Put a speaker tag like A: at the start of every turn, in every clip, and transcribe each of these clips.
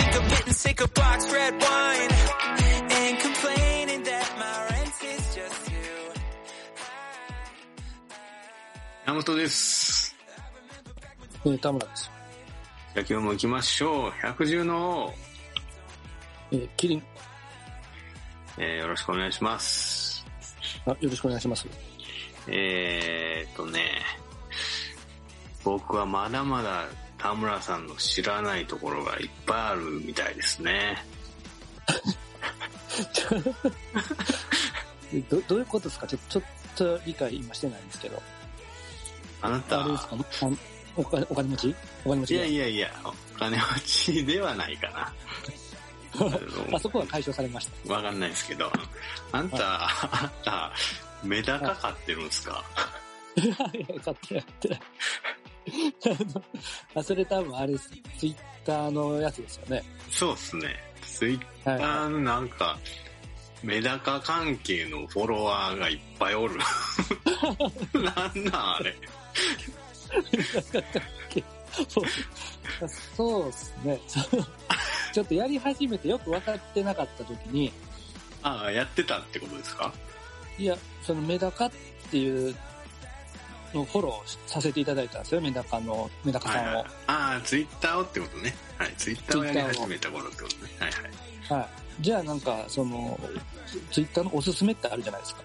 A: Take a box red wine and complaining that my rent is just due.
B: 山本です。
C: うん、田村です。
B: じゃあ今日も行きましょう。百獣の王、
C: えー、キリン、
B: えーよろしくお願いします。
C: あ、よろしくお願いします。
B: えーっとね、僕はまだまだ田村さんの知らないところがいっぱいあるみたいですね。
C: えど、 どういうことですかちょ、ちょっと理解今してないんですけど。
B: あな
C: あれです
B: た、
C: かあんお金、お金持ちお金持
B: い
C: ちが
B: やいやいや、お金持ちではないかな。
C: あそこは解消されました。
B: わかんないですけど、あんた、あんた、メダカ飼ってるんですか、
C: いや買ってない買ってない。あのあ、それ多分あれです、ツイッターのやつですよね。
B: そうっすね。ツイッ
C: はい。
B: あのなんか、メダカ関係のフォロワーがいっぱいおる。 なんなんあれ。
C: そうそうですね。 そうちょっとやり始めてよく分かってなかった時に、
B: ああ、やってたってことですか
C: いや、そのメダカっていうのをフォローさせていただいたんですよ、メダカの、メダカ
B: は
C: さ
B: い
C: んを。
B: はい。ああ、ツイッターをってことね。はい。ツイッターをやり始めた頃ってことね。はいはい。
C: はい。じゃあなんか、その、ツイッターのおすすめってあるじゃないですか。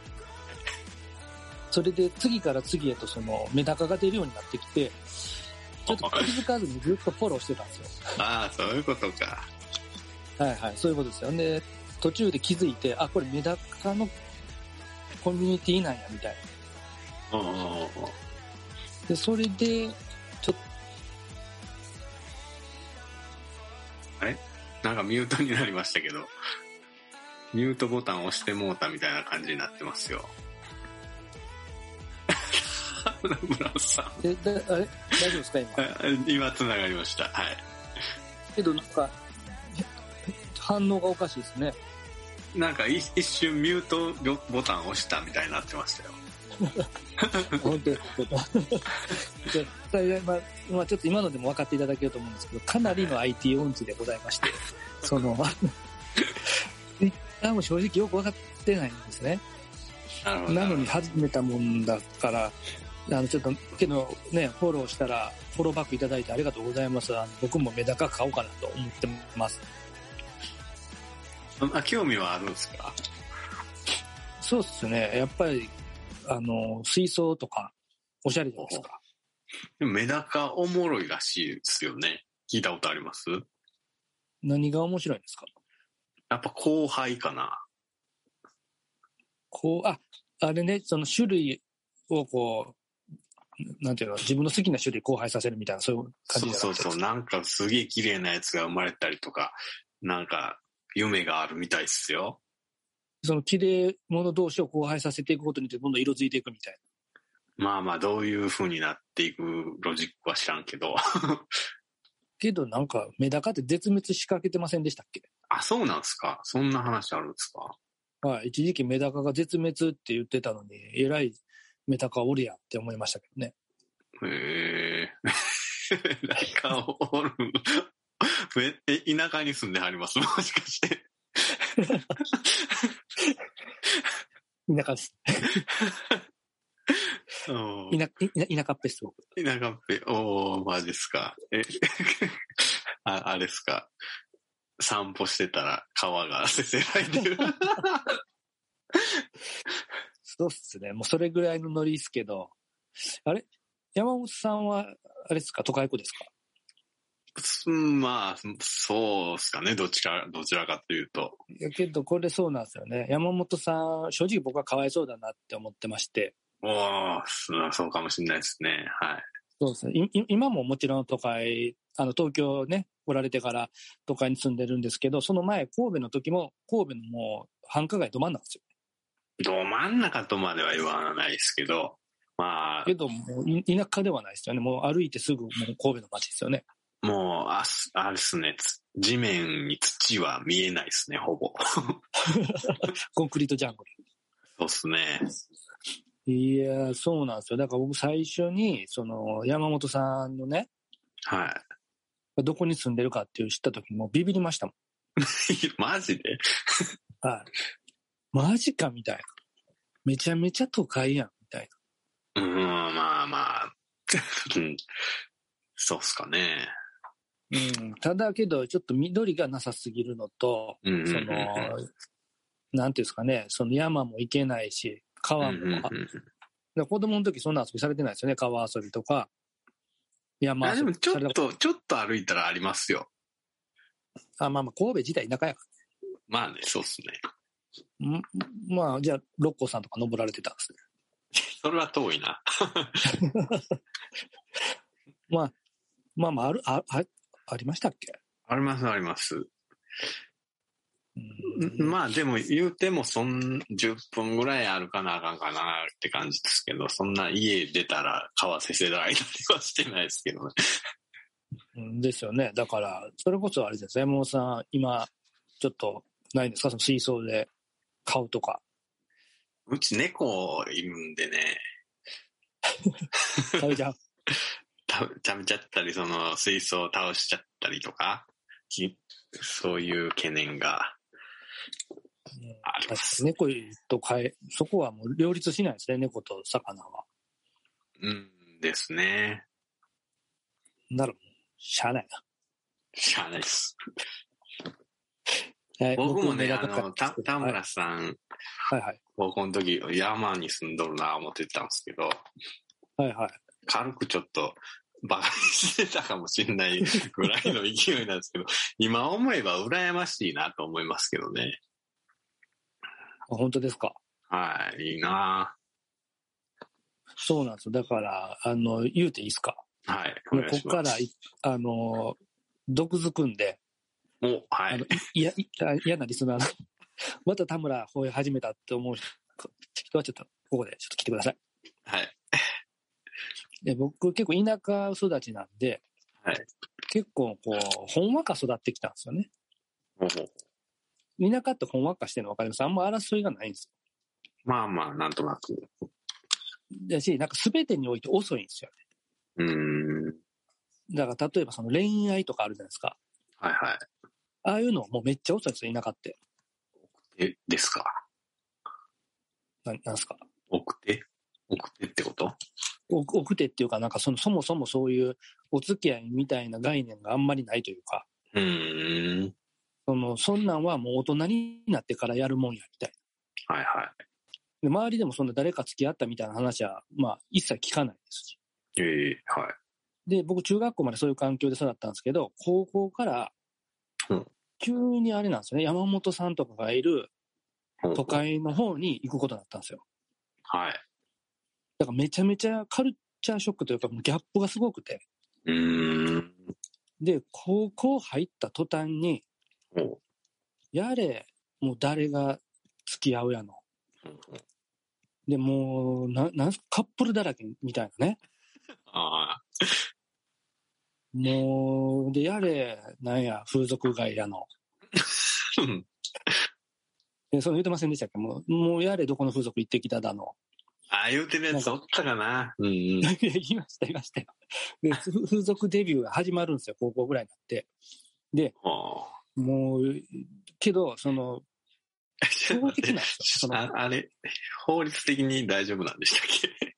C: それで次から次へとそのメダカが出るようになってきて、ちょっと気づかずにずっとフォローしてたんですよ。
B: ああ、そういうことか。
C: はいはい、そういうことですよ。で、途中で気づいて、あ、これメダカのコミュニティなんや、みたい
B: おうおうおう
C: な。で、それで、ちょっ
B: なんかミュートになりましたけど、ミュートボタン押してもうたみたいな感じになってますよ。 村さん
C: と、え、だあれ大丈夫ですか、今。
B: あ。今繋がりました。はい。
C: けど、なんか、反応がおかしいですね。
B: なんかい一瞬ミュートボタン押したみたいになってましたよ。
C: 本当にでそれでまあまあ、ちょっと今のでも分かっていただけると思うんですけど、かなりの IT 音痴でございまして、その、ツイッターも正直よく分かってないんですね。
B: なる
C: なのに始めたもんだから、あの、ちょっと、けどね、フォローしたら、フォローバックいただいてありがとうございます。あの僕もメダカ買おうかなと思ってます。
B: あ、興味はあるんですか
C: そうっすね。やっぱり、あの、水槽とか、おしゃれじゃないですか。
B: でもメダカおもろいらしいですよね。聞いたことあります
C: 何が面白いんですか
B: やっぱ後輩かな。
C: こう、あ、あれね、その種類をこう、なんていうの、自分の好きな種類交配させるみたいな、そういう
B: そ
C: 感じ
B: う
C: じ
B: そ
C: ゃな
B: う
C: くて。
B: そう。なんかすげえ綺麗なやつが生まれたりとか、なんか夢があるみたいっすよ。
C: その綺麗者同士を交配させていくことによって、どんどん色づいていくみたい
B: まあまあ、どういう風になっていくロジックは知らんけど。
C: な。けどなんか、メダカって絶滅しかけてませんでしたっけ
B: あ、そうなんですかそんな話あるんですか
C: はい、一時期メダカが絶滅って言ってたのに、えらいメダカおるやんって思いましたけどね。
B: へえ。なんか、おる。 めえ、田舎に住んではりますもしかして。
C: 田舎です。
B: お
C: 田
B: ー
C: 田田舎っぺすごく。
B: 田舎っぺ、おー、マジですか。え、 ああれですか。散歩してたら川がせせらいで る。
C: そうっすね。もうそれぐらいのノリですけど。あれ山本さんは、あれですか都会っ子ですか
B: うんまあ、そうっすかね。どちら、どちらかというと。
C: いやけど、これそうなんですよね。山本さん、正直僕はかわいそうだなって思ってまして。
B: おー、そうそうかもしれないですね。はい。
C: そうですね。いい今ももちろん都会、あの、東京ね、来られてから都会に住んでるんですけど、その前、神戸の時も、神戸のもう繁華街ど真ん中ですよ。
B: ど真ん中とまでは言わないですけど、まあ、
C: けど、もうい田舎ではないですよね。もう歩いてすぐ、もう神戸の街ですよね。
B: もう、あす、あれっすね、つ地面に土は見えないですね、ほぼ。
C: コンクリートジャング
B: そうっすね。
C: ル。いやー、そうなんですよ。だから僕最初に、その、山本さんのね、
B: はい。
C: どこに住んでるかっていう知った時もビビりましたもん。
B: マジで
C: はい。マジかみたいな。めちゃめちゃ都会やん、みたい
B: うん、まあまあ。うんそうっすかね。
C: な。うん。ただけど、ちょっと緑がなさすぎるのと、
B: うんうん
C: そ
B: うん
C: の、なんていうんですかね、その山も行けないし、川も、
B: うんうん
C: あ
B: うん
C: で子供の時そんな遊びされてないですよね。川遊びとか、
B: ま
C: 山
B: あで
C: 遊
B: も
C: び
B: ちょ
C: され
B: った、
C: こと
B: ちょっと歩いたらありますよ。
C: あ、まあまあ、神戸自体田舎やか
B: まあね、そうっすね。
C: ら。んまあ、じゃあ、六甲さんとか登られてたんですね。
B: それは遠いな。
C: まあ、まあまあ、ある、あ、あありましたっけ、
B: ありますあります。
C: うん、
B: まあでも言うてもそん10分ぐらい歩かなあかんかなって感じですけど、そんな家出たら川瀬世代にはしてないですけどね。
C: うんですよね。だから、それこそあれですね、山本さん、今、ちょっと、ないんですかその水槽で買うとか。
B: うち猫いるんでね、
C: 食べ ちゃう。
B: 食べ食べちゃったり、その水槽を倒しちゃったりとか、きそういう懸念が
C: うん
B: あり
C: 確か
B: ます。
C: に猫と飼え、そこはもう両立しないですね、猫と魚は。
B: うんですね。
C: なるほど。しゃあない
B: しゃあないです。
C: な。はい
B: 僕もね、
C: メダ
B: あ
C: カ飼
B: の、た
C: って
B: 田
C: ます
B: 村さん、
C: はいはい
B: 高校の時、山に住んどるな思ってたんですけど、
C: はい。はいはい。
B: 軽くちょっと馬鹿にしてたかもしれないぐらいの勢いなんですけど、 今思えば羨ましいなと思いますけどね。
C: あ本当ですか。
B: はい、いいな
C: そうなんですよ。だから、あの、言うていいですか。
B: はい、お
C: もう
B: 願い
C: こ
B: し
C: こか
B: ま
C: ら
B: す。
C: い、あの、毒づくんで、
B: お、は
C: あ
B: い
C: の、。いい や、いあ嫌なリスナーの、 また田村吠え始めたって思う人はちょっと、ここでちょっと来てください。
B: はい。
C: で僕、結構田舎育ちなんで、
B: はい
C: 結構こう、ほんわか育ってきたんですよね。
B: お
C: 田舎ってほんわかしてるの分かりますあんま争いがないんです
B: まあまあ、なんとなく。
C: よ。だし、なんか全てにおいて遅いんですよ。
B: うーん。
C: だから例えばその恋愛とかあるじゃないですか。
B: はいは
C: ああいうのもうめっちゃ遅いんですよ、田舎って。
B: い。え、ですか。
C: ななんですか。
B: 奥手奥手ってこと
C: お奥手っていうか、なんかそのそもそもそういうお付き合いみたいな概念があんまりないというか、
B: うーん。
C: そのそんなんはもう大人になってからやるもんやみたいな。
B: はいは
C: で周りでもそんな誰か付き合ったみたいな話は、まあ一切聞かないですし。
B: い。ええはい。
C: で、僕中学校までそういう環境で育ったんですけど、高校から
B: うん、
C: 急にあれなんですよね、山本さんとかがいる
B: ほう
C: 都会の方に行くことになったんですよ。
B: はい。
C: だからめちゃめちゃカルチャーショックというか、もうギャップがすごくて。
B: うーん。
C: で、高校入った途端に、
B: ほう
C: やれ、もう誰が付き合うやの。
B: ほうほう
C: で、もう、ななんすカップルだらけみたいなね。
B: あ
C: もう、で、やれ、なんや、風俗街やの。
B: あ。うん
C: で、そう言ってませんでしたっけもう、もうやれ、どこの風俗行ってきただの。
B: ああ言うてるやつおったかな。うんうん。
C: いや言いました、言いましたよ。で、ふ風俗デビューが始まるんですよ、高校ぐらいになって。
B: あ
C: もう、けど、その、
B: あちょっと
C: 法
B: 待
C: 的
B: っ
C: な
B: て
C: んです よ。その
B: ああれ、法律的に大丈夫なんでしたっけ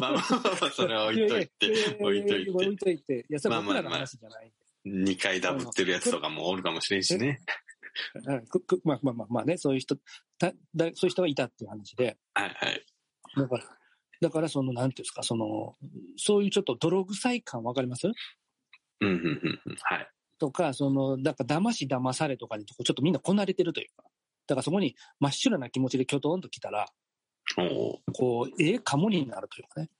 B: まあまあまあまあ、それは置いとい
C: やや
B: て、
C: や
B: 置いとい
C: や置
B: て
C: い。といて。いや、それは僕らの
B: まあまあまあ
C: 話じゃない。
B: 2回ダブってるやつとかもおるかもしれんしね。
C: うんくくまあまあまあまあね、そういう人、ただそういう人がいたっていう話で。
B: はいはい。
C: だから、だからその、なんていうんですか、その、そういうちょっと泥臭い感わかります
B: うんうんうんうん。はい。
C: とか、その、なんか騙し騙されとかに、ちょっとみんなこなれてるというか。だからそこに真っ白な気持ちできょとんと来たら、
B: おお。
C: こう、ええかもになるというかね。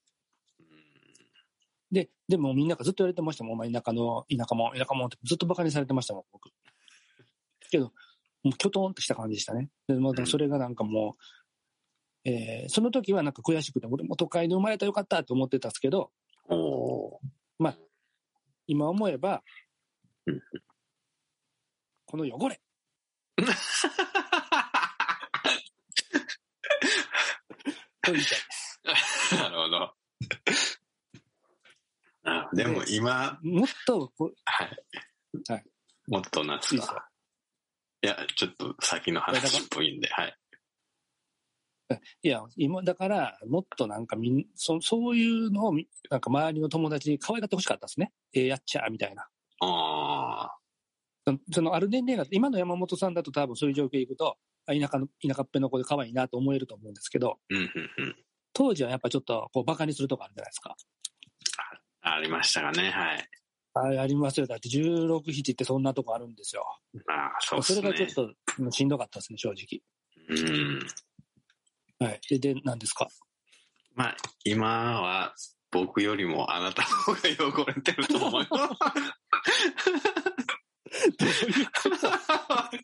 C: で、でもみんながずっと言われてましたもん、お前田舎の、田舎もん、田舎もんってずっと馬鹿にされてましたもん、僕。けど、もうきょとんとした感じでしたね。で、ま
B: うん
C: あ、それがなんかもう、えーその時はなんか悔しくて、俺も都会で生まれたらよかったと思ってたんですけど、
B: おお
C: 今思えば
B: うん、
C: この汚れ、と言いたい。
B: ー。なるほど。あでも今、
C: もっとこう、
B: はい。
C: はい
B: もっとなんす
C: いいです
B: かいや、ちょっと先の話っぽいんで、はい。
C: いや、今、だから、もっとなんかみん、そそういうのをみ、なんか周りの友達に可愛がってほしかったですね。ええやっちゃーみたいな。
B: あ
C: その、そのある年齢が、今の山本さんだと多分そういう状況に行くと、あ田舎の、田舎っぺの子で可愛いなと思えると思うんですけど、
B: ー、うんうんうん。
C: 当時はやっぱちょっと、こう、馬鹿にするとこあるじゃないですか。
B: ありましたかね、はい。
C: あれありますよ。だって16匹ってそんなとこあるんですよ。
B: ああ、そうで
C: そ
B: すね
C: れが。ちょっとうんしんどかったですね、正直。
B: うん。
C: はい。で、で、何ですか
B: まあ、今は僕よりもあなたの方が汚れてると思います。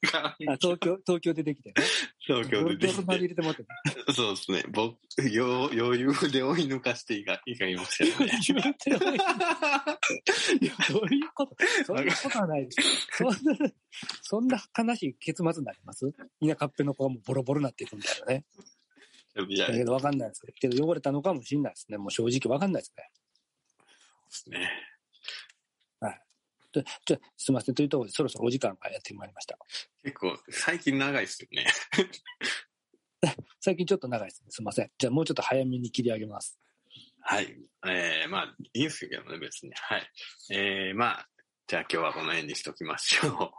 C: あ東京、東京出てきてね。
B: 東京出て
C: 東
B: き
C: まで入
B: て。
C: れてもらってね。
B: そうですね。僕、よ余裕で追い抜かしていか、いかいま したよね。
C: 言ってる方がいいいやどういうことそんなことはないですそんな、そんな悲しい結末になります田舎っぺの子がもうボロボロになっていくみたいなね。
B: いや
C: だけどわかんないですけど、汚れたのかもしれないですね。もう正直わかんないですね。
B: ですね。
C: でじゃあすいません。というところで、そろそろお時間がやってまいりました。
B: 結構、最近長いですよね。
C: 最近ちょっと長いですね。すいません。じゃあもうちょっと早めに切り上げます。
B: はい。えー、まあ、いいんですけどね、別に。はい。えー、まあ、じゃあ今日はこの辺にしときましょう。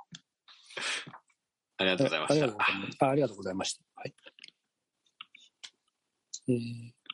B: ありがとうございま
C: あり
B: し
C: が
B: た
C: とうご。ざいました。あありがとうございました。はい。えー